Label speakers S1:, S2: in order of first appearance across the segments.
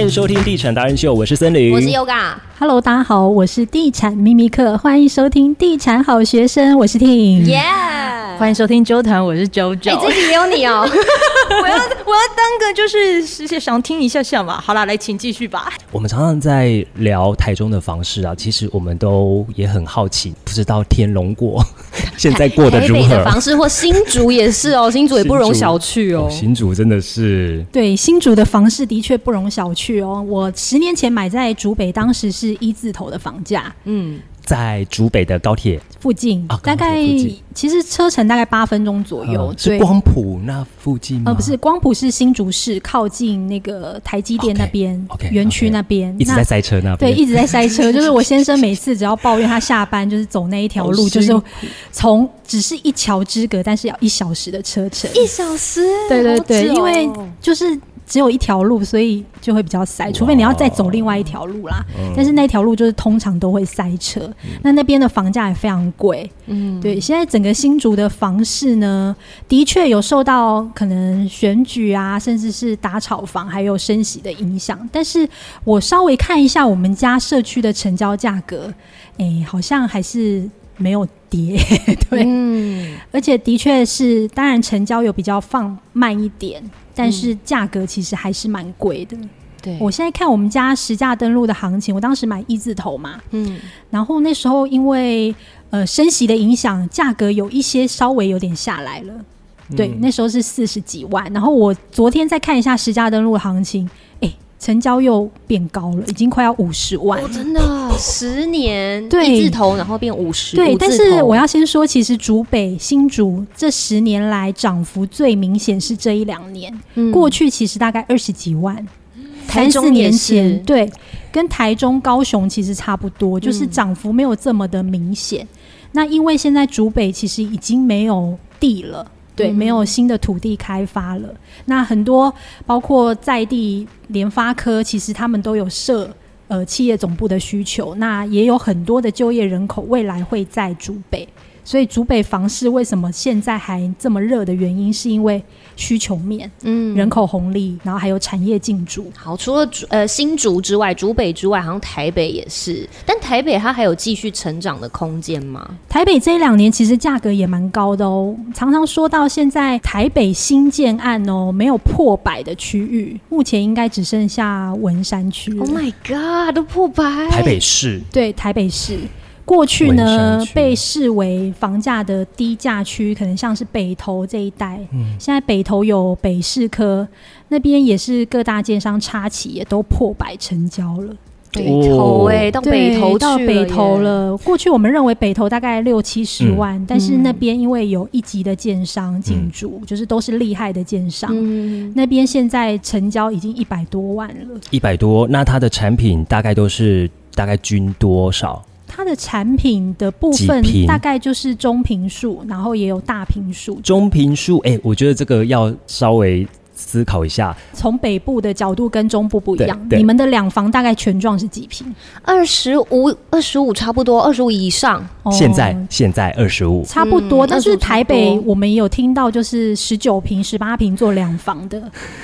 S1: 是收听《地产达人秀》，我是森林，
S2: 我是 Yoga。
S3: Hello，大家好，我是地产秘密课，欢迎收听《地产好学生》，我是 Ting，
S2: 耶！
S4: 欢迎收听纠团，我是九九
S2: 哎，。这集也有你哦。
S4: 我要我要当个就是是想听一下下嘛。好啦，来，请继续吧。
S1: 我们常常在聊台中的房市啊，其实我们都也很好奇，不知道天龙国 现在过得
S2: 台
S1: 如
S2: 北
S1: 何
S2: 的？房市或新竹也是 哦，新竹也不容小觑哦。
S1: 新竹真的是
S3: 对，新竹的房市的确不容小觑哦。我十年前买在竹北，当时是一字头的房价
S4: 嗯，
S1: 在竹北的高铁
S3: 附近，
S1: 啊
S3: 大
S1: 刚好
S3: 概
S1: 是附近
S3: 其实车程大概八分钟
S2: 哦
S3: 左右。
S1: 呃是
S3: 对，
S1: 光谱那附近吗？
S3: 呃，不是，光谱是新竹市靠近那个台积电那边
S1: 哦 OK，OK，
S3: 园区
S1: OK
S3: 那边，
S1: 一直
S3: 那
S1: 在塞车那
S3: 对，
S1: 边。
S3: 一直在塞车。 就是我先生每次只要抱怨他下班就是走那一条
S1: 哦
S3: 路，就是从只是一桥之隔，但是要一小时的车程。
S2: 一小时，
S3: 对对对，
S2: 好久哦
S3: 因为就是只有一条路，所以就会比较塞，除非你要再走另外一条路啦。但是那条路就是通常都会塞车，那那边的房价也非常贵。嗯，对，现在整个新竹的房市呢，的确有受到可能选举啊，甚至是打炒房还有升息的影响。但是我稍微看一下我们家社区的成交价格，哎、好像还是没有跌。 对，
S2: 嗯，
S3: 而且的确是，当然成交有比较放慢一点，但是价格其实还是蛮贵的。
S2: 嗯对，
S3: 我现在看我们家实价登录的行情，我当时买一字头嘛，
S2: 嗯，
S3: 然后那时候因为呃升息的影响，价格有一些稍微有点下来了。对，那时候是四十几万，然后我昨天再看一下实价登录的行情，哎，成交又变高了，已经快要五十万了
S2: 我真的十年
S3: 对
S2: 一字头，然后变五十，
S3: 对，
S2: 五字
S3: 但
S2: 头
S3: 是我要先说，其实竹北、新竹这十年来涨幅最明显是这一两年，
S2: 嗯
S3: 过去其实大概二十几万，
S2: 台
S3: 三
S2: 中
S3: 四
S2: 也
S3: 年
S2: 是
S3: 前，对，跟台中、高雄其实差不多，就是
S2: 嗯
S3: 涨幅没有这么的明显。那因为现在竹北其实已经没有地了。对，
S2: 嗯
S3: 没有新的土地开发了。那很多包括在地联发科，其实他们都有设呃企业总部的需求，那也有很多的就业人口未来会在竹北，所以竹北房市为什么现在还这么热的原因，是因为需求面、
S2: 嗯
S3: 人口红利，然后还有产业进驻。
S2: 好，除了竹呃新竹之外，竹北之外，好像台北也是。但台北它还有继续成长的空间吗？
S3: 台北这一两年其实价格也蛮高的哦，常常说到现在台北新建案哦，没有破百的区域，目前应该只剩下文山区了。
S2: Oh my god，都破百！
S1: 台北市
S3: 对台北市。过去
S1: 文山
S3: 呢
S1: 区，
S3: 被视为房价的低价区，可能像是北投这一带。
S1: 嗯
S3: 现在北投有北市科，那边也是各大建商插旗，也都破百成交了。
S2: 北投
S1: 哦
S2: 哎、到北投去
S3: 对到北投
S2: 耶。
S3: 了。过去我们认为北投大概六七十万，但是
S2: 嗯
S3: 那边因为有一级的建
S1: 嗯
S3: 商进驻，就是都是厉害的建商，
S2: 嗯，
S3: 那边现在成交已经一百多万了。
S1: 一百多，那它的产品大概都是大概均多少？
S3: 它的产品的部分
S1: 几平
S3: 大概就是中平数，然后也有大平数。
S1: 中平数，哎、我觉得这个要稍微思考一下。
S3: 从北部的角度跟中部不一样，
S1: 对对
S3: 你们的两房大概全幢是几平？
S2: 二十五，二十五差不多，二十五以上。
S3: 哦
S1: 现在现在二十五，
S3: 差不多，
S2: 嗯
S3: 但
S2: 25
S3: 是台
S2: 差
S3: 北
S2: 不多
S3: 我们也有听到就是十九平、十八平做两房的，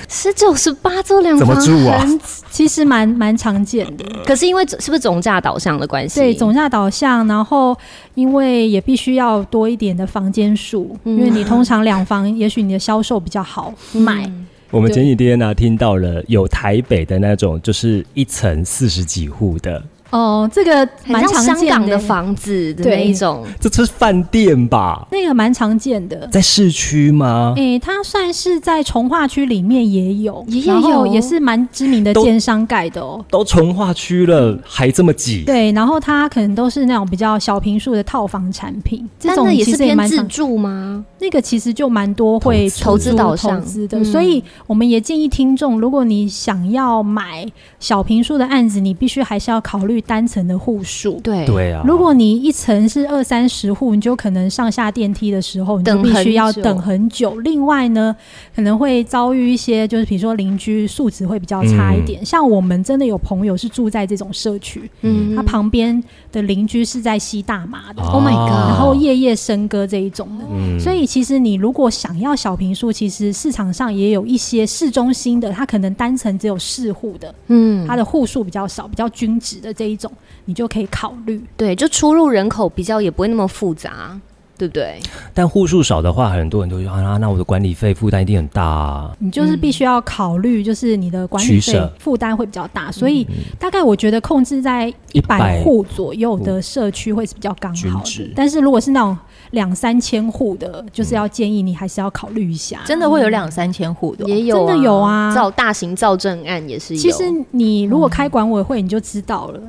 S2: 十九十八周
S3: 嗯
S2: 两
S1: 怎么
S2: 房
S1: 住啊
S2: 很
S3: 其实蛮蛮常见的。
S2: 可是因为是不是总价导向的关系？
S3: 对，总价导向，然后因为也必须要多一点的房间数，
S2: 嗯
S3: 因为你通常两房，也许你的销售比较好买。
S1: 我们
S3: 对
S1: 前几天呢、听到了有台北的那种，就是一层四十几户的，
S3: 哦、这个
S2: 很
S3: 蛮
S2: 像
S3: 常
S2: 香
S3: 见
S2: 港的
S3: 的
S2: 房子的
S3: 对
S2: 那一种，
S1: 这是饭店吧？
S3: 那个蛮常见的。
S1: 在市区
S2: 哦
S1: 吗？
S3: 诶、它算是在从化区里面也有，
S2: 也
S3: 然后
S2: 有
S3: 也是蛮知名的
S1: 都
S3: 建商盖的哦。
S1: 都从化区了，还这么挤？
S3: 对，然后它可能都是那种比较小平数的套房产品，这
S2: 但
S3: 种
S2: 那也
S3: 其
S2: 是
S3: 实也
S2: 偏
S3: 蛮
S2: 自
S3: 常，
S2: 住吗？
S3: 那个其实就蛮多
S1: 投
S3: 会
S1: 资
S3: 出
S2: 投资导
S3: 投
S2: 向
S3: 资的，
S2: 嗯
S3: 所以我们也建议听众，如果你想要买小平数的案子，你必须还是要考虑单层的户数。
S2: 对
S1: 对啊，
S3: 如果你一层是二三十户，你就可能上下电梯的时候，你就
S2: 等
S3: 必
S2: 很
S3: 须要
S2: 久
S3: 等很久。另外呢，可能会遭遇一些，就是比如说邻居素质会比较差一点。像我们真的有朋友是住在这种社区，
S2: 嗯
S3: 他旁边的邻居是在吸大麻的，
S2: Oh my god
S1: 啊
S3: 然后夜夜笙歌这一种的。
S1: 嗯
S3: 所以其实你如果想要小平数，其实市场上也有一些市中心的，它可能单层只有四户的，
S2: 嗯，
S3: 它的户数比较少，比较均值的这一种，你就可以考虑。
S2: 对，就出入人口比较也不会那么复杂，对不对？
S1: 但户数少的话，很多人都说啊，那我的管理费负担一定很大、 啊。
S3: 你就是必须要考虑，就是你的管
S1: 取
S3: 理费
S1: 舍嗯
S3: 负担会比较大，所以大概我觉得控制在一百
S1: 100
S3: 户左右的社区会是比较刚好
S1: 嗯均值嗯
S3: 的。但是如果是那种两三千户的，就是要建议你还是要考虑一下。
S4: 真的会有两三千户的哦、
S2: 也有、
S3: 真的有啊
S2: 造大型造证案也是有。
S3: 其实你如果开管委会，你就知道了。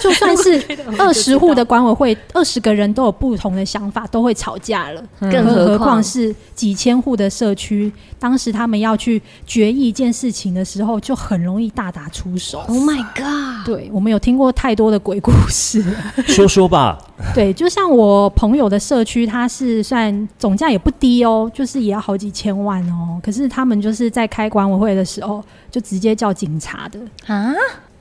S3: 就算是二十户的管委会，二十个人都有不同的想法，都会吵架了。
S2: 嗯更
S3: 何
S2: 何况
S3: 况是几千户的社区，当时他们要去决议一件事情的时候，就很容易大打出手。
S2: ，Oh my God，
S3: 对，我们有听过太多的鬼故事。
S1: 说说吧，
S3: 对，就像我朋友的社区，它是算总价也不低哦，就是也要好几千万哦。可是他们就是在开管委会的时候，就直接叫警察的，
S4: 啊，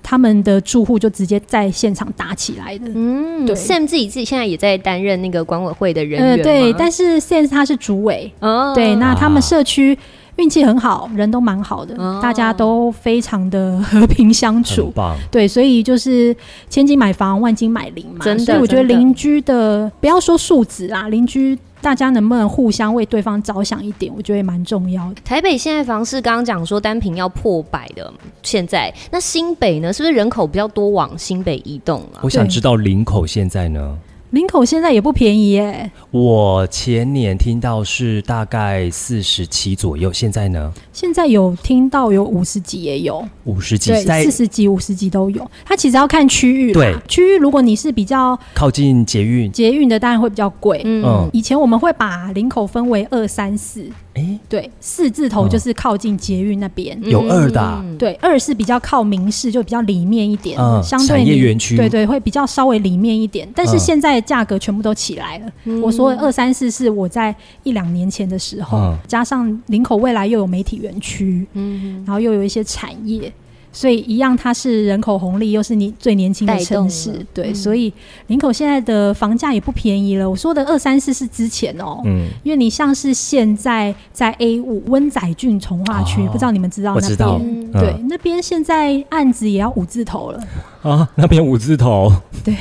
S3: 他们的住户就直接在现场打起来的。
S2: 嗯
S3: 对
S2: ，Sam 自己自己现在也在担任那个管委会的人员
S3: 呃，
S2: 吗，
S3: 对，但是 Sense 他是主委，
S2: 哦，
S3: 对，那他
S1: 啊
S3: 们社区运气很好，人都蛮好的，
S2: 哦
S3: 大家都非常的和平相处
S2: 嗯
S1: 很。棒。
S3: 对，所以就是千金买房，万金买邻嘛。
S2: 真的
S3: 所以我觉得
S2: 真的
S3: 邻居的不要说素质啦，邻居大家能不能互相为对方着想一点，我觉得也蛮重要的。
S2: 台北现在房市刚刚讲说单平要破百的，现在那新北呢，是不是人口比较多往新北移动啊了、
S1: 我想知道林口现在呢？
S3: 林口现在也不便宜耶、
S1: 我前年听到是大概四十七左右，现在呢
S3: 现在有听到有五十几也有，
S1: 五十几，
S3: 对，
S1: 在
S3: 四十几、五十几都有。它其实要看区域啦，
S1: 对
S3: 区域如果你是比较
S1: 靠近捷运。
S3: 捷运的，当然会比较贵。
S1: 嗯，
S3: 以前我们会把林口分为二三四，
S1: 哎，
S3: 对，四字头就是靠近捷运那边，
S1: 有二的啊
S2: 嗯
S3: 对，二是比较靠民事，就比较里面一点，
S1: 嗯
S3: 相
S1: 产
S3: 对
S1: 业
S3: 你
S1: 园区
S3: 对对，会比较稍微里面一点。但是
S1: 嗯
S3: 现在价格全部都起来了。我说二三四是我在一两年前的时候，
S1: 嗯
S3: 加上林口未来又有媒体园区，嗯，然后又有一些产业。所以一样，它是人口红利，又是你最年轻的
S2: 带动
S3: 城
S2: 了嗯
S3: 市，对，所以林口现在的房价也不便宜了。我说的二三四是之前哦，
S1: 嗯，
S3: 因为你像是现在在 A 五温仔郡从化区，
S1: 哦
S3: 不知道你们知道
S1: 我
S3: 那
S1: 知
S3: 边？
S1: 道嗯
S3: 对，那边现在案子也要五字头了。
S1: 啊，那边五字头。
S3: 对，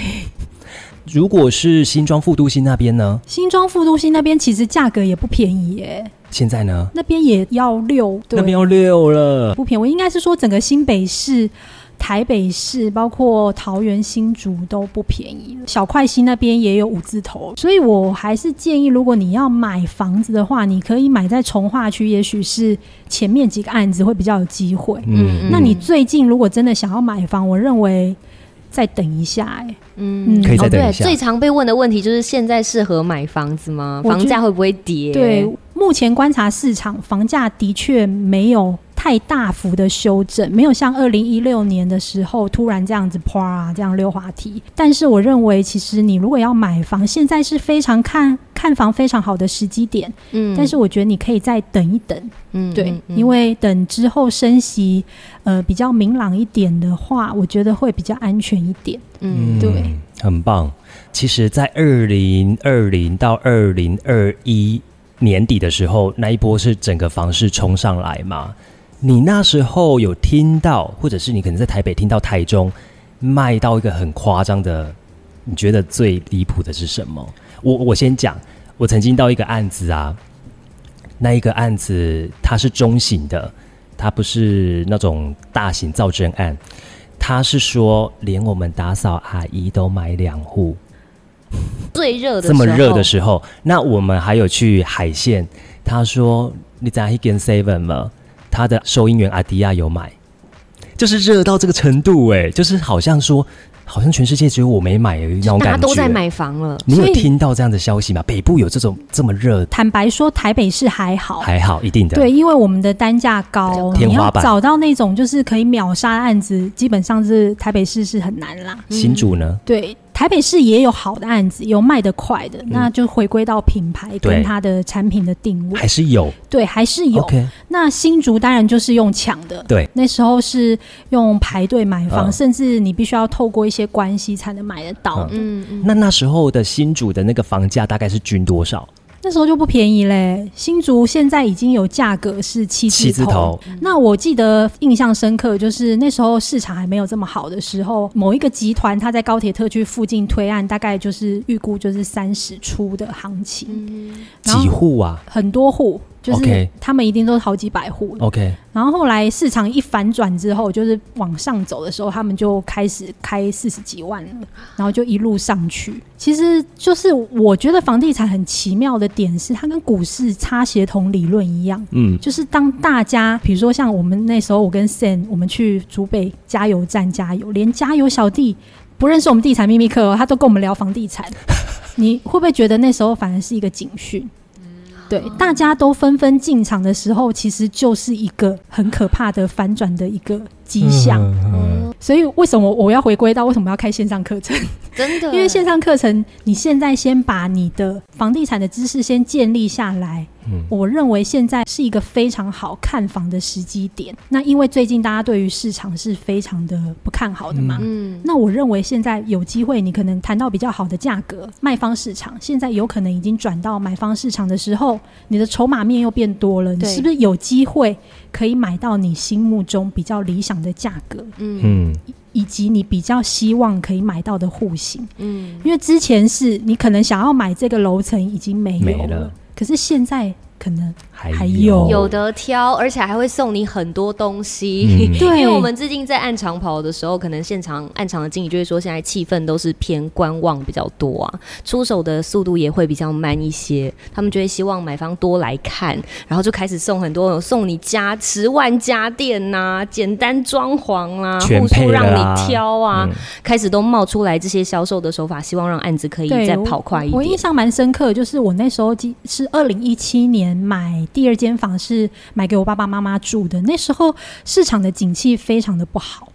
S1: 如果是新庄副都心那边呢？
S3: 新庄副都心那边其实价格也不便宜耶，
S1: 现在呢？
S3: 那边也要六，
S1: 那边
S3: 对，
S1: 要六了。
S3: 不便宜。我应该是说整个新北市。台北市包括桃园、新竹都不便宜了，小块溪那边也有五字头，所以我还是建议，如果你要买房子的话，你可以买在从化区，也许是前面几个案子会比较有机会。
S1: 嗯，
S3: 那你最近如果真的想要买房，我认为再等一下、欸，
S2: 嗯
S3: 嗯可以
S1: 再等一
S2: 哦对
S1: 下
S2: 最常被问的问题就是现在适合买房子吗？
S3: 我觉
S2: 房
S3: 得
S2: 价会不会跌？
S3: 对，目前观察市场，房价的确没有太大幅的修正，没有像二零一六年的时候突然这样子啪、这样溜滑梯。但是我认为，其实你如果要买房，现在是非常看看房非常好的时机点，
S2: 嗯
S3: 但是我觉得你可以再等一等，
S2: 嗯
S3: 对，
S2: 嗯嗯
S3: 因为等之后升息，呃，比较明朗一点的话，我觉得会比较安全一点。
S2: 嗯
S3: 对，
S1: 很棒。其实，在二零二零到二零二一年底的时候，那一波是整个房市冲上来嘛。你那时候有听到，或者是你可能在台北听到台中卖到一个很夸张的，你觉得最离谱的是什么？我我先讲，我曾经到一个案子啊，那一个案子它是中型的，它不是那种大型造真案，他是说，连我们打扫阿姨都买两户，
S2: 最热的
S1: 这么热的
S2: 时
S1: 时候，那我们还有去海线。他说：“你在 h i g g i n Seven 吗？”他的收银员阿迪亚有买，就是热到这个程度、欸，哎，就是好像说好像全世界只有我没买而已那种
S2: 大
S1: 感
S2: 家
S1: 觉。
S2: 都在。买房了，
S1: 你有
S3: 所以
S1: 听到这样的消息吗？北部有这种这么热？
S3: 坦白说，台北市还好，
S1: 还好，一定的。
S3: 对，因为我们的单价高，
S1: 天
S3: 你
S1: 花
S3: 要
S1: 板
S3: 找到那种就是可以秒杀的案子，基本上是台北市是很难啦。
S1: 新主呢？
S3: 对，台北市也有好的案子，有卖得快
S1: 嗯
S3: 的，那就回归到品牌
S1: 对
S3: 跟它的产品的定
S2: 嗯
S3: 位
S1: 还，是有
S3: 对，还是有。
S1: OK，
S3: 那新竹当然就是用抢的，
S1: 对，
S3: 那时候是用排队买房，
S1: 嗯
S3: 甚至你必须要透过一些关系才能买得到。
S1: 嗯
S2: 嗯嗯，
S1: 那那时候的新主的那个房价大概是均多少？
S3: 那时候就不便宜嘞，新竹现在已经有价格是七字
S1: 七字头，
S3: 那我记得印象深刻，就是那时候市场还没有这么好的时候，某一个集团它在高铁特区附近推案，大概就是预估就是三十出的行情，然
S1: 几
S3: 后
S1: 户啊
S3: 很多户，就
S1: OK
S3: 是他们一定都是好几百户了。
S1: ？OK，
S3: 然后后来市场一反转之后，就是往上走的时候，他们就开始开四十几万了，然后就一路上去。其实就是我觉得房地产很奇妙的点是，它跟股市差协同理论一样。
S1: 嗯，
S3: 就是当大家，比如说像我们那时候，我跟 Sam 我们去竹北加油站加油，连加油小弟不认识我们地产秘密课、哦，他都跟我们聊房地产。你会不会觉得那时候反而是一个警讯？对，大家都纷纷进场的时候，其实就是一个很可怕的反转的一个迹象。
S1: 嗯嗯
S3: 所以为什么我要回归到为什么要开线上课程？
S2: 真的，
S3: 因为线上课程，你现在先把你的房地产的知识先建立下来。
S1: 嗯
S3: 我认为现在是一个非常好看房的时机点。那因为最近大家对于市场是非常的不看好的嘛。
S2: 嗯，
S3: 那我认为现在有机会，你可能谈到比较好的价格，卖方市场现在有可能已经转到买方市场的时候，你的筹码面又变多了，你
S2: 对
S3: 是不是有机会可以买到你心目中比较理想的价格，
S1: 嗯，
S3: 以及你比较希望可以买到的户型？
S2: 嗯，
S3: 因为之前是你可能想要买这个楼层已经没有
S1: 没
S3: 了，
S1: 了
S3: 可是现在可能
S1: 还
S3: 还
S1: 有
S3: 有
S2: 有的挑，而且还会送你很多东西。
S1: 嗯
S3: 对
S2: 因为我们最近在暗场跑的时候，可能现场暗场的经理就会说，现在气氛都是偏观望比较多啊，出手的速度也会比较慢一些。他们就会希望买方多来看，然后就开始送很多，有送你家十万家电呐、简单装潢啦、
S1: 全
S2: 户
S1: 配
S2: 数
S1: 了
S2: 让
S1: 啊
S2: 你挑啊，
S1: 嗯
S2: 开始都冒出来这些销售的手法，希望让案子可以
S3: 对
S2: 再跑快一
S3: 我。我印
S2: 点。
S3: 象蛮深刻的，就是我那时候记是二零一七年买第二间房，是买给我爸爸妈妈住的。那时候市场的景气非常的不好。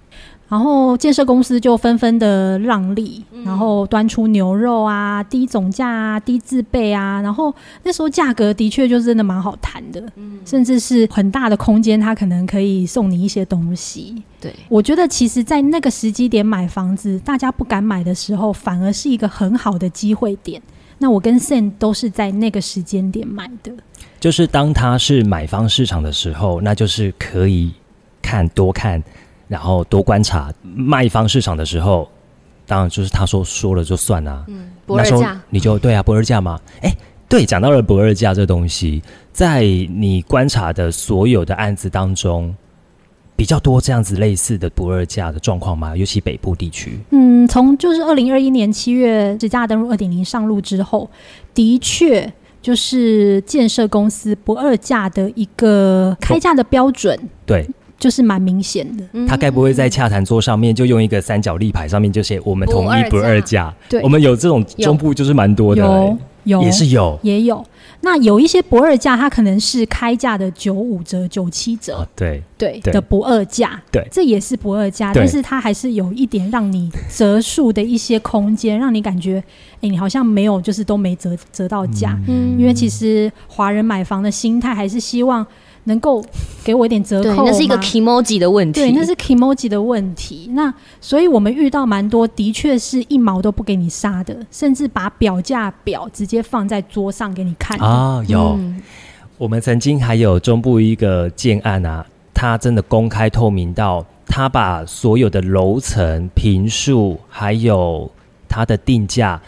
S3: 然后建设公司就纷纷的让利，然后端出牛肉啊、低总价啊、低自备啊，然后那时候价格的确就真的蛮好谈的，甚至是很大的空间，它可能可以送你一些东西。
S2: 对，
S3: 我觉得其实，在那个时机点买房子，大家不敢买的时候，反而是一个很好的机会点。那我跟 Sen 都是在那个时间点买的，
S1: 就是当它是买方市场的时候，那就是可以看多看，然后多观察；卖方市场的时候，当然就是他说说了就算啦、
S2: 嗯，不
S1: 那
S2: 二
S1: 时候
S2: 价，
S1: 你就对啊，不二价嘛。哎，对，讲到了不二价这东西，在你观察的所有的案子当中，比较多这样子类似的不二价的状况吗？尤其北部地区，
S3: 嗯，从就是二零二一年七月指价登录二点零上路之后，的确就是建设公司不二价的一个开价的标准，
S1: 对
S3: 就是蛮明显的。
S2: 嗯
S1: 他该不会在洽谈桌上面就用一个三角立牌上面就写我们同意不
S2: 不二价
S1: 二价？
S3: 对
S1: 我们有这种
S2: 有
S1: 中部就是蛮多的、哎
S3: 有有
S1: 也是有
S3: 也有，那有一些不二价，它可能是开价的九五折、九七折，
S1: 啊，对，
S3: 对
S1: 对
S3: 的不二价，
S1: 对
S3: 这也是不二价，
S1: 对
S3: 但是它还是有一点让你折数的一些空间，让你感觉，哎，你好像没有就是都没折折到价，
S2: 嗯
S3: 因为其实华人买房的心态还是希望能够给我一点折
S2: 对，
S3: 扣嘛，
S2: 那是一个 k i m o j i 的问题，
S3: 对，那是 emoji 的问题。那所以我们遇到蛮多，的确是一毛都不给你杀的，甚至把表价表直接放在桌上给你看的
S1: 啊，有。
S2: 嗯
S1: 我们曾经还有中部一个建案啊，它真的公开透明到，它把所有的楼层、平数还有它的定价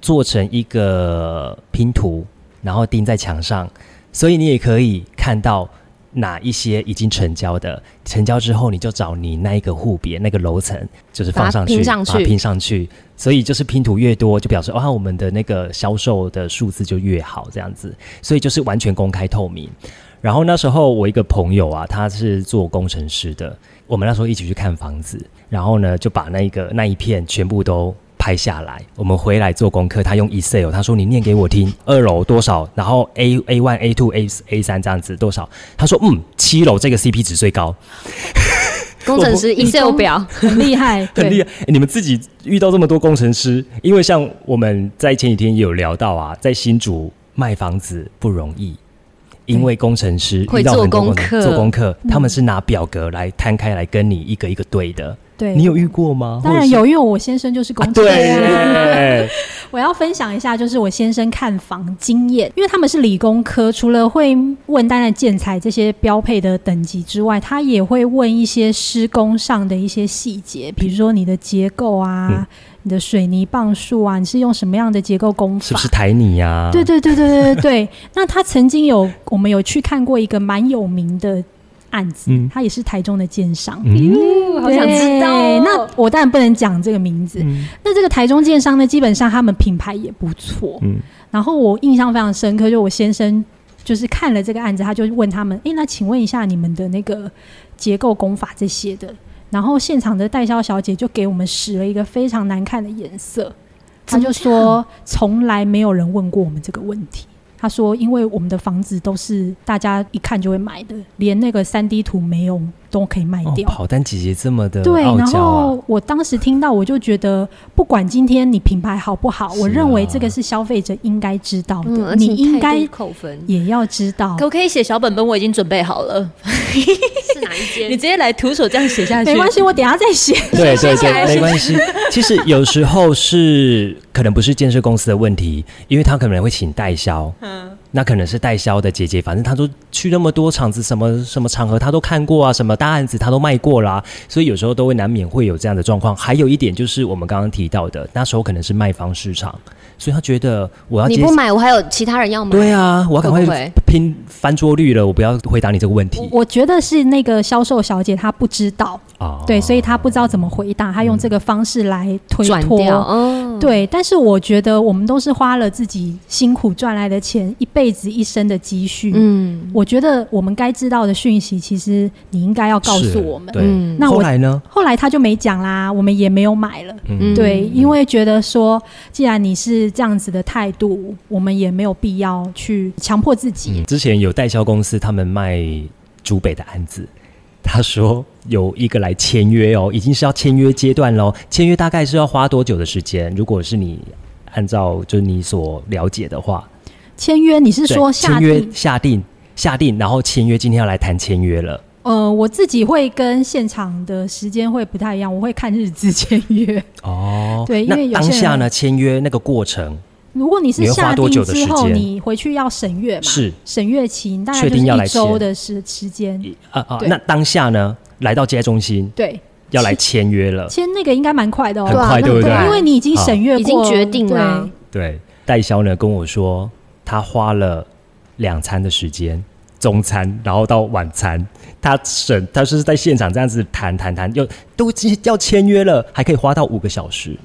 S1: 做成一个拼图，然后钉在墙上，所以你也可以看到。哪一些已经成交的，成交之后你就找你那一个户别、那个楼层，就是放上去，
S2: 把它拼上去
S1: 把它拼上去。所以就是拼图越多，就表示哦哇，我们的那个销售的数字就越好，这样子。所以就是完全公开透明。然后那时候我一个朋友啊，他是做工程师的，我们那时候一起去看房子，然后呢就把那一个那一片全部都拍下来。我们回来做功课，他用 Excel，他说你念给我听，二楼多少，然后 A A one A two A A 三这样子多少，他说嗯，七楼这个 CP 值最高，
S2: 工程师 Excel 表，
S3: 很厉害，
S1: 很
S3: 对
S1: 厉害、诶你们自己遇到这么多工程师，因为像我们在前几天也有聊到啊，在新竹卖房子不容易，因为工程师
S2: 会
S1: 遇到
S2: 做
S1: 很多工
S2: 功
S1: 程
S2: 课
S1: 做功课，
S3: 嗯
S1: 他们是拿表格来摊开来跟你一个一个对的。
S3: 对，
S1: 你有遇过吗？
S3: 当
S1: 或者
S3: 然
S1: 是。
S3: 有，啊因为我先生就是工
S1: 啊，
S3: 程师。
S1: 对，
S3: 我要分享一下，就是我先生看房经验，因为他们是理工科，除了会问当然建材这些标配的等级之外，他也会问一些施工上的一些细节，比如说你的结构啊，
S1: 嗯
S3: 你的水泥磅数啊，你是用什么样的结构工法？
S1: 是不是台泥呀、啊？
S3: 对对对对对对 对。那他曾经有，我们有去看过一个蛮有名的案子，
S1: 嗯
S3: 他也是台中的建商。
S1: 嗯，
S2: 嗯好想知道
S3: 对
S2: 哦。
S3: 那我当然不能讲这个名字。
S1: 嗯
S3: 那这个台中建商呢，基本上他们品牌也不错。
S1: 嗯
S3: 然后我印象非常深刻，就我先生就是看了这个案子，他就问他们：“诶，那请问一下你们的那个结构工法这些的？”然后现场的代销小姐就给我们使了一个非常难看的颜色，她就说：“从来没有人问过我们这个问题。”她说：“因为我们的房子都是大家一看就会买的，连那个三 D 图没有都可以卖
S1: 哦，
S3: 掉。
S1: 跑单姐姐这么的
S3: 对，
S1: 傲
S3: 然
S1: 娇啊，
S3: 后我当时听到，我就觉得，不管今天你品牌好不好，
S1: 是啊
S3: 我认为这个是消费者应该知道
S2: 嗯，
S3: 的，
S2: 而且
S3: 你应
S2: 态
S3: 该
S2: 度扣分
S3: 也要知道
S4: 可。不可以写小本本？我已经准备好了，
S2: 是哪一
S4: 你
S2: 间？
S4: 直接来徒手这样写下去。
S3: 没关系，我等一下再写。
S1: 对对对，没关系。其实有时候是可能不是建设公司的问题，因为他可能会请代销，
S4: 嗯
S1: 那可能是代销的姐姐，反正她都去那么多场子，什么什么场合她都看过啊，什么大案子她都卖过啦，所以有时候都会难免会有这样的状况。还有一点就是我们刚刚提到的，那时候可能是卖方市场，所以他觉得我要
S2: 你
S1: 接
S2: 不。买，我还有其他人要买。
S1: 对啊，我要赶
S2: 会不会
S1: 快拼翻桌率了，我不要回答你这个问题
S3: 我觉得是那个销售小姐她不知道，
S1: 啊。
S3: 对，所以她不知道怎么回
S1: 嗯
S3: 答，她用这个方式来推
S2: 转
S3: 脱。
S2: 掉，嗯，
S3: 对，但是我觉得我们都是花了自己辛苦赚来的钱，一辈子一生的积蓄。
S2: 嗯
S3: 我觉得我们该知道的讯息，其实你应该要告诉我们
S1: 是。对
S2: 嗯
S3: 那
S1: 后
S3: 我
S1: 来呢？
S3: 后来他就没讲啦，我们也没有买了。
S2: 嗯
S3: 对，因为觉得说，既然你是这样子的态度，我们也没有必要去强迫自己。
S1: 嗯，之前有代销公司他们卖竹北的案子，他说有一个来签约哦，已经是要签约阶段喽。签约大概是要花多久的时间？如果是你按照就是你所了解的话，
S3: 签约，你是
S1: 对
S3: 说下
S1: 签约
S3: 定？
S1: 下定下定，然后签约今天要来谈签约了。
S3: 呃，我自己会跟现场的时间会不太一样，我会看日子签约。
S1: 哦，
S3: 对因为
S1: 那
S3: 有些人
S1: 当下呢，签约那个过程
S3: 如果你是
S1: 你会花
S3: 下
S1: 多
S3: 定
S1: 久的
S3: 之
S1: 时
S3: 后，
S1: 间
S3: 你回去要审阅嘛？
S1: 是
S3: 审阅期，你大概
S1: 确
S3: 就
S1: 定要
S3: 是
S1: 来
S3: 一
S1: 签
S3: 周的时时间。
S1: 啊啊，
S3: 对
S1: 那当下呢，来到接待中心
S3: 对，
S1: 要来签约了，
S3: 签那个应该蛮快的哦，
S1: 很
S2: 啊
S1: 快
S2: 那
S1: 对不
S2: 很
S1: 对？
S2: 快
S3: 因为你已经审阅过，
S2: 已经决定了
S3: 对。
S1: 对，代销呢跟我说，他花了两餐的时间，中餐，然后到晚餐，他省，他是在现场这样子谈谈谈，又都要签约了，还可以花到五个小时。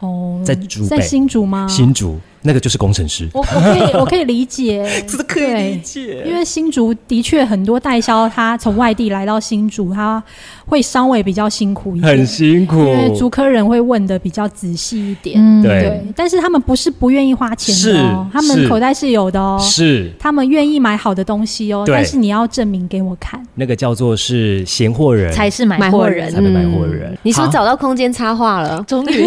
S3: 哦，
S1: 在竹
S3: 在
S1: 北
S3: 新竹吗？
S1: 新竹那个就是工程师，
S3: 我我 可以我可以理解，
S1: 这个可以理解
S3: 对因为新竹的确很多代销，他从外地来到新竹，他会稍微比较辛苦一
S1: 很
S3: 点，
S1: 辛苦
S3: 因，为竹科人会问的比较仔细一点，
S2: 嗯
S1: 对
S3: 对。但是他们不是不愿意花钱的哦，
S1: 是
S3: 他
S1: 是
S3: 们口袋是有的哦，
S1: 是
S3: 他们愿意买好的东西哦，
S1: 对
S3: 但是你要证明给我看。
S1: 那个叫做是闲货人，
S4: 才是
S2: 买
S4: 买
S2: 货
S4: 货
S2: 人，
S4: 人，
S1: 才能买货人
S2: 嗯你是不
S1: 好
S2: 是找到空间插画了？
S4: 终于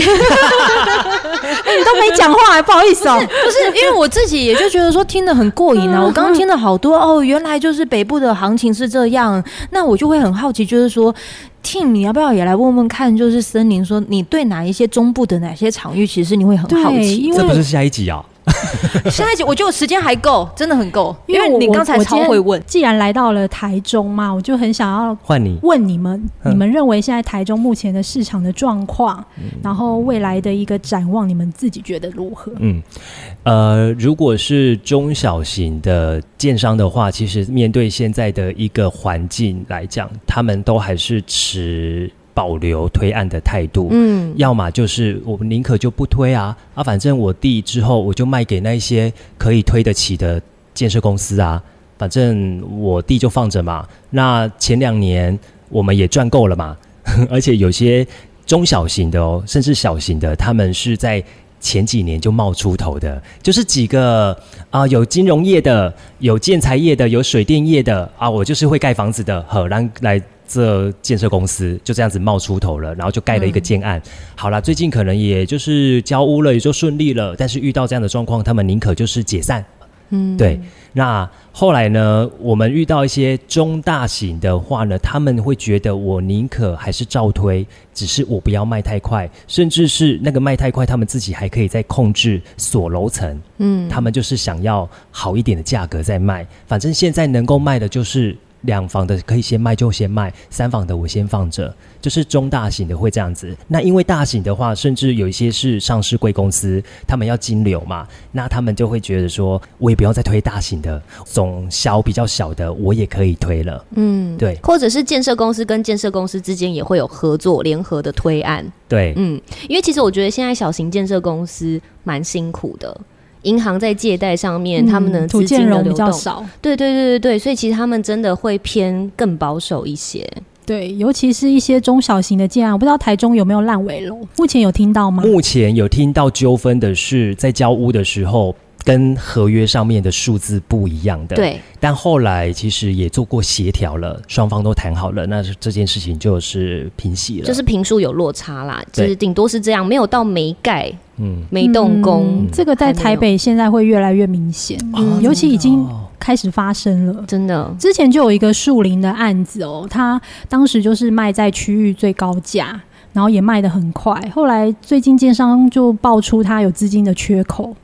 S3: 哎你都没讲话，不好意思哦。
S4: 不是因为我自己也就觉得说听得很过瘾啊，我刚刚听了好多哦，原来就是北部的行情是这样，那我就会很好奇，就是说。Tim，你要不要也来问问看？就是森林说，你对哪一些中部的哪些场域，其实你会很好
S3: 对，
S4: 奇。
S3: 因
S1: 这不
S3: 为
S1: 是下一集啊？
S4: 下一集我觉得我时间还够，真的很够，因
S3: 我
S4: 为你
S3: 我
S4: 刚才
S3: 我
S4: 超
S3: 今天
S4: 会问。
S3: 既然来到了台中嘛，我就很想要
S1: 换你，
S3: 问你们，
S1: 嗯
S3: 你们认为现在台中目前的市场的状况，然后未来的一个展望，你们自己觉得如何？
S1: 嗯，呃，如果是中小型的建商的话，其实面对现在的一个环境来讲，他们都还是持保留推案的态度。
S2: 嗯，
S1: 要么就是我们宁可就不推啊，啊，反正我地之后我就卖给那一些可以推得起的建设公司啊，反正我弟就放着嘛。那前两年我们也赚够了嘛， 而且有些中小型的哦，甚至小型的，他们是在前几年就冒出头的，就是几个啊、有金融业的，有建材业的，有水电业的啊，我就是会盖房子的，好，然来这建设公司就这样子冒出头了，然后就盖了一个建案。好啦，最近可能也就是交屋了，也就顺利了，但是遇到这样的状况，他们宁可就是解散。嗯，对。那后来呢，我们遇到一些中大型的话呢，他们会觉得我宁可还是照推，只是我不要卖太快，甚至是那个卖太快，他们自己还可以再控制锁楼层。嗯，他们就是想要好一点的价格再卖，反正现在能够卖的就是。两房的可以先卖就先卖，三房的我先放着，就是中大型的会这样子。那因为大型的话，甚至有一些是上市贵公司，他们要金流嘛，那他们就会觉得说，我也不要再推大型的，总小比较小的我也可以推了。
S2: 嗯，
S1: 对
S2: 或者是建设公司跟建设公司之间也会有合作联合的推案，
S1: 对，
S2: 嗯，因为其实我觉得现在小型建设公司蛮辛苦的，银行在借贷上面、他们的
S3: 嗯土
S2: 资
S3: 建
S2: 金的
S3: 融
S2: 流
S3: 比
S2: 动
S3: 较，少，
S2: 对对对对对，所以其实他们真的会偏更保守一些。
S3: 对，尤其是一些中小型的建案，我不知道台中有没有烂尾楼，目前有听到吗？
S2: 嗯
S1: 目前有听到纠纷的是，在交屋的时候跟合约上面的数字不一样的。，
S2: 对，
S1: 但后来其实也做过协调了，双方都谈好了，那这件事情就是平息了。
S2: 就是平数有落差啦，就
S1: 对
S2: 是顶多是这样，没有到没盖、
S1: 嗯，
S2: 没动工
S3: 嗯，这个在台北现在会越来越明显，
S2: 嗯
S1: 哦
S3: 尤其已经
S1: 哦
S3: 开始发生了。
S2: 真的，
S3: 之前就有一个树林的案子哦，他当时就是卖在区域最高价，然后也卖得很快。后来最近建商就爆出他有资金的缺口，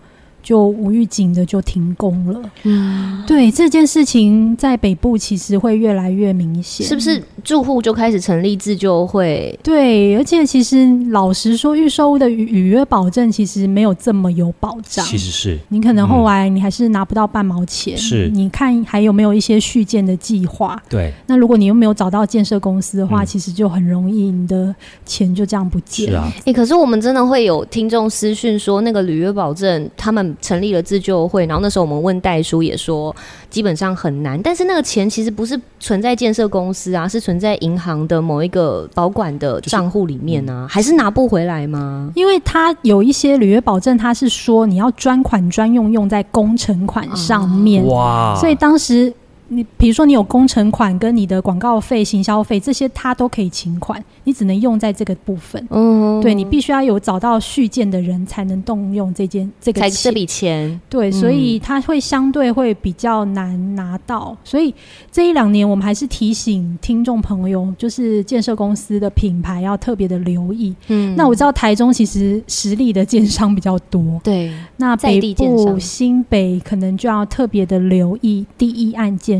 S3: 就无预警的就停工了。
S2: 嗯，
S3: 对这件事情，在北部其实会越来越明显，
S2: 是不？是住户就开始成立自救会？
S3: 对，而且其实老实说，预售屋的履履约保证其实没有这么有保障。
S1: 其实是
S3: 你可能后来你还是拿不到半毛钱，
S1: 是
S3: 你看还有没有一些续建的计划？
S1: 对，
S3: 那如果你又没有找到建设公司的话，
S1: 嗯
S3: 其实就很容易你的钱就这样不见。
S1: 是啊，
S2: 哎、可是我们真的会有听众私讯说，那个履约保证他们成立了自救会，然后那时候我们问代叔也说，基本上很难。但是那个钱其实不是存在建设公司啊，是存在银行的某一个保管的账户里面啊，还是拿不回来吗？
S3: 因为它有一些履约保证，它是说你要专款专用用在工程款上面，
S1: 哇，
S3: 所以当时你比如说你有工程款跟你的广告费、行销费这些，它都可以请款，你只能用在这个部分。
S2: 嗯，
S3: 对你必须要有找到续建的人才能动用这件这个
S2: 才嗯
S3: 钱
S2: 这。笔钱，
S3: 对，所以它会相对会比较难拿到，所以这一两年我们还是提醒听众朋友，就是建设公司的品牌要特别的留意。
S2: 嗯
S3: 那我知道台中其实实力的建商比较多，
S2: 对，
S3: 那
S2: 在
S3: 北
S2: 地建商
S3: 部、新北可能就要特别的留意第一案建商。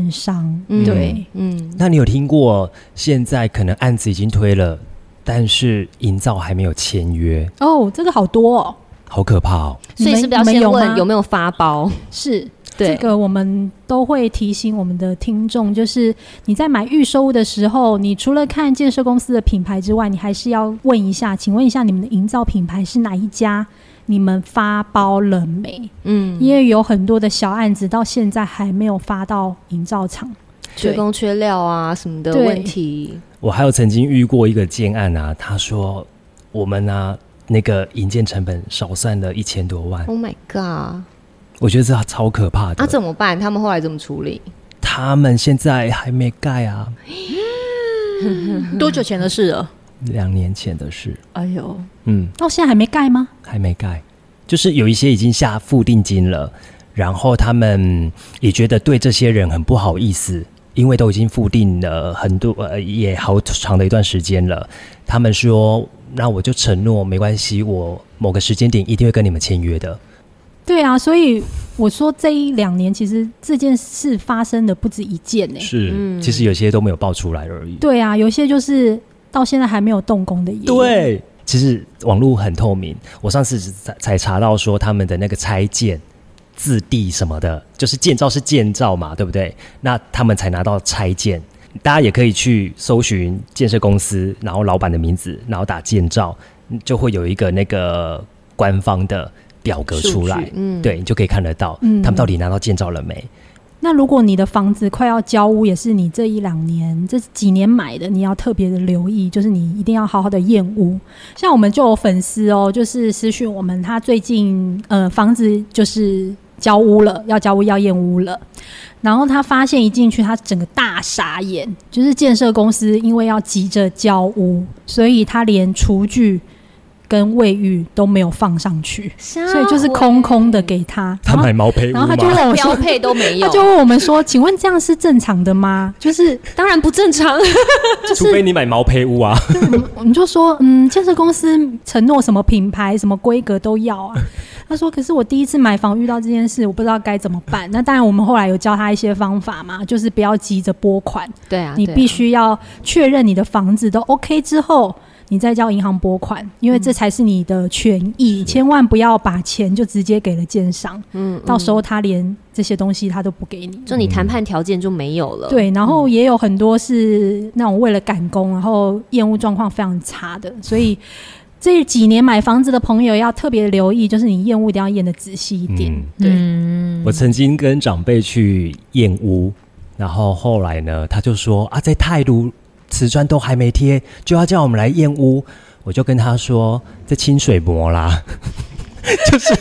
S2: 嗯
S3: 对，
S2: 嗯，
S1: 那你有听过现在可能案子已经推了，但是营造还没有签约，
S3: 哦，这个好多哦，
S1: 好可怕哦！
S2: 所以是不是要
S3: 你们你们
S2: 先
S3: 有
S2: 问
S3: 吗
S2: 有没有发包？
S3: 是
S2: 对
S3: 这，个我们都会提醒我们的听众，就是你在买预售物的时候，你除了看建设公司的品牌之外，你还是要问一下，请问一下你们的营造品牌是哪一家？你们发包了没？
S2: 嗯，
S3: 因为有很多的小案子到现在还没有发到营造厂。
S2: 缺
S3: 对
S2: 工缺料啊什么的
S3: 对
S2: 问题，
S1: 我还有曾经遇过一个建案啊，他说我们啊那个营建成本少算了一千多万，
S3: 哦
S2: Oh my god！
S1: 我觉得这超可怕的。
S2: 啊，怎么办？他们后来怎么处理？
S1: 他们现在还没盖啊，
S4: 多久前的事了？
S1: 两年前的事，
S4: 嗯哎呦，
S1: 嗯，
S3: 到现在还没盖吗？
S1: 还没盖，就是有一些已经下付定金了，然后他们也觉得对这些人很不好意思，因为都已经付定了很多呃也好长的一段时间了，他们说那我就承诺没关系，我某个时间点一定会跟你们签约的。
S3: 对啊，所以我说这一两年其实这件事发生的不止一件呢、
S1: 是
S2: 嗯
S1: 其实有些都没有爆出来而已。
S3: 对啊，有些就是到现在还没有动工的也有。
S1: 对，其实网络很透明，我上次才才查到说他们的那个拆建。自地什么的，就是建造是建造嘛，对不对？那他们才拿到拆建。大家也可以去搜寻建设公司，然后老板的名字，然后打建造，嗯就会有一个那个官方的表格
S2: 数
S1: 出来
S2: 据，嗯
S1: 对你就可以看得到，
S3: 嗯
S1: 他们到底拿到建造了没。
S3: 那如果你的房子快要交屋，也是你这一两年、这几年买的，你要特别的留意，就是你一定要好好的验屋。像我们就有粉丝哦，就是私讯我们，他最近呃房子就是交屋了，要交屋要验屋了，然后他发现一进去，他整个大傻眼，就是建设公司因为要急着交屋，所以他连厨具。跟卫浴都没有放上去，所
S2: 所
S3: 以就是空空的给他。
S1: 啊他
S3: 然后
S1: 买毛坯屋
S3: 然后
S1: 嘛
S3: 他就问我
S2: 标
S3: 说，
S2: 配都没有，
S3: 他 就问我们说：“请问这样是正常的吗？”就是
S2: 当然不正常。
S3: 就是
S1: 除非你买毛坯屋啊，
S3: 我们就说，嗯，建设公司承诺什么品牌、什么规格都要 啊。他说：“可是我第一次买房遇到这件事，我不知道该怎么办。”那当然，我们后来有教他一些方法嘛，就是不要急着拨款，
S2: 对啊，
S3: 你
S2: 对啊
S3: 必须要确认你的房子都 OK 之后，你再叫银行拨款，因为这才是你的权益。千万不要把钱就直接给了建商，
S2: 嗯
S3: 到时候他连这些东西他都不给你。
S2: 就你谈判条件就没有了。，
S3: 对，然
S1: 嗯
S3: 后也有很多是那种为了赶工，然后厌恶状况非常差的，所以这几年买房子的朋友要特别留意，就是你厌恶一定要验的仔细一点。
S1: 嗯
S3: 对，
S1: 我曾经跟长辈去燕屋，然后后来呢，他就说啊，在泰卢瓷砖都还没贴，就要叫我们来燕屋。我就跟他说，这清水膜啦， 就是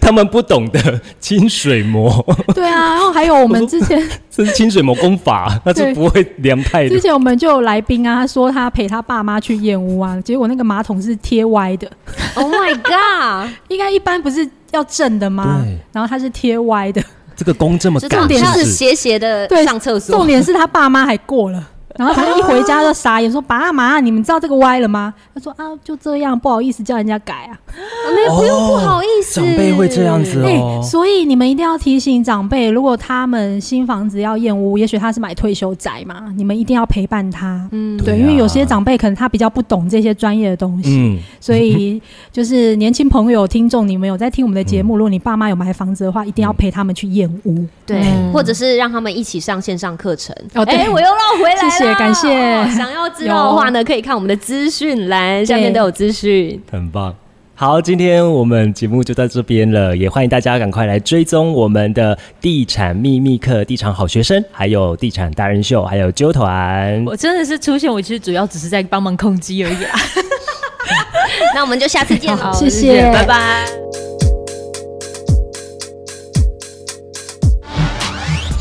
S1: 他们不懂的清水 膜，
S3: 对啊，然后还有我们之 前
S1: 这是清水膜工法，那是
S3: 对
S1: 不会量太的
S3: 之。前我们就有来宾啊，他说他陪他爸妈去验屋啊，结果那个马桶是贴歪的，
S2: Oh my god！
S3: 应该一般不是要正的吗
S1: 对？
S3: 然后他是贴歪的，
S1: 这个弓这么
S2: 就
S1: 赶，
S2: 重 点
S1: 是不
S2: 是
S1: 是
S2: 斜斜的
S3: 对
S2: 上厕所
S3: 重，点是他爸妈还过了。然后他一回家就傻眼，说：“爸妈，你们知道这个歪了吗？”他说：“啊，就这样，不好意思叫人家改啊。”
S2: 没有不用不好意思，
S1: 哦长辈会这样子
S3: 哎、
S1: 哦。
S3: 所以你们一定要提醒长辈，如果他们新房子要验屋，也许他是买退休宅嘛，你们一定要陪伴他。
S2: 嗯
S1: 对啊
S3: 因为有些长辈可能他比较不懂这些专业的东西，
S1: 嗯，
S3: 所以就是年轻朋友、听众，你们有在听我们的节
S1: 嗯
S3: 目，如果你爸妈有买房子的话，一定要陪他们去验屋。
S2: 对
S4: 嗯，
S2: 或者是让他们一起上线上课程。
S3: 哦对
S2: 哎我又绕回来了，
S3: 谢谢感谢
S2: 哦想要知道的话呢，可以看我们的资讯栏，下面都有资讯。
S1: 很棒。好，今天我们节目就到这边了，也欢迎大家赶快来追踪我们的地产秘密课、地产好学生，还有地产达人秀，还有纠团。
S4: 我真的是出现，我其实主要只是在帮忙控机而已啦。
S2: 那我们就下次见喽，
S3: 谢谢
S2: 拜拜。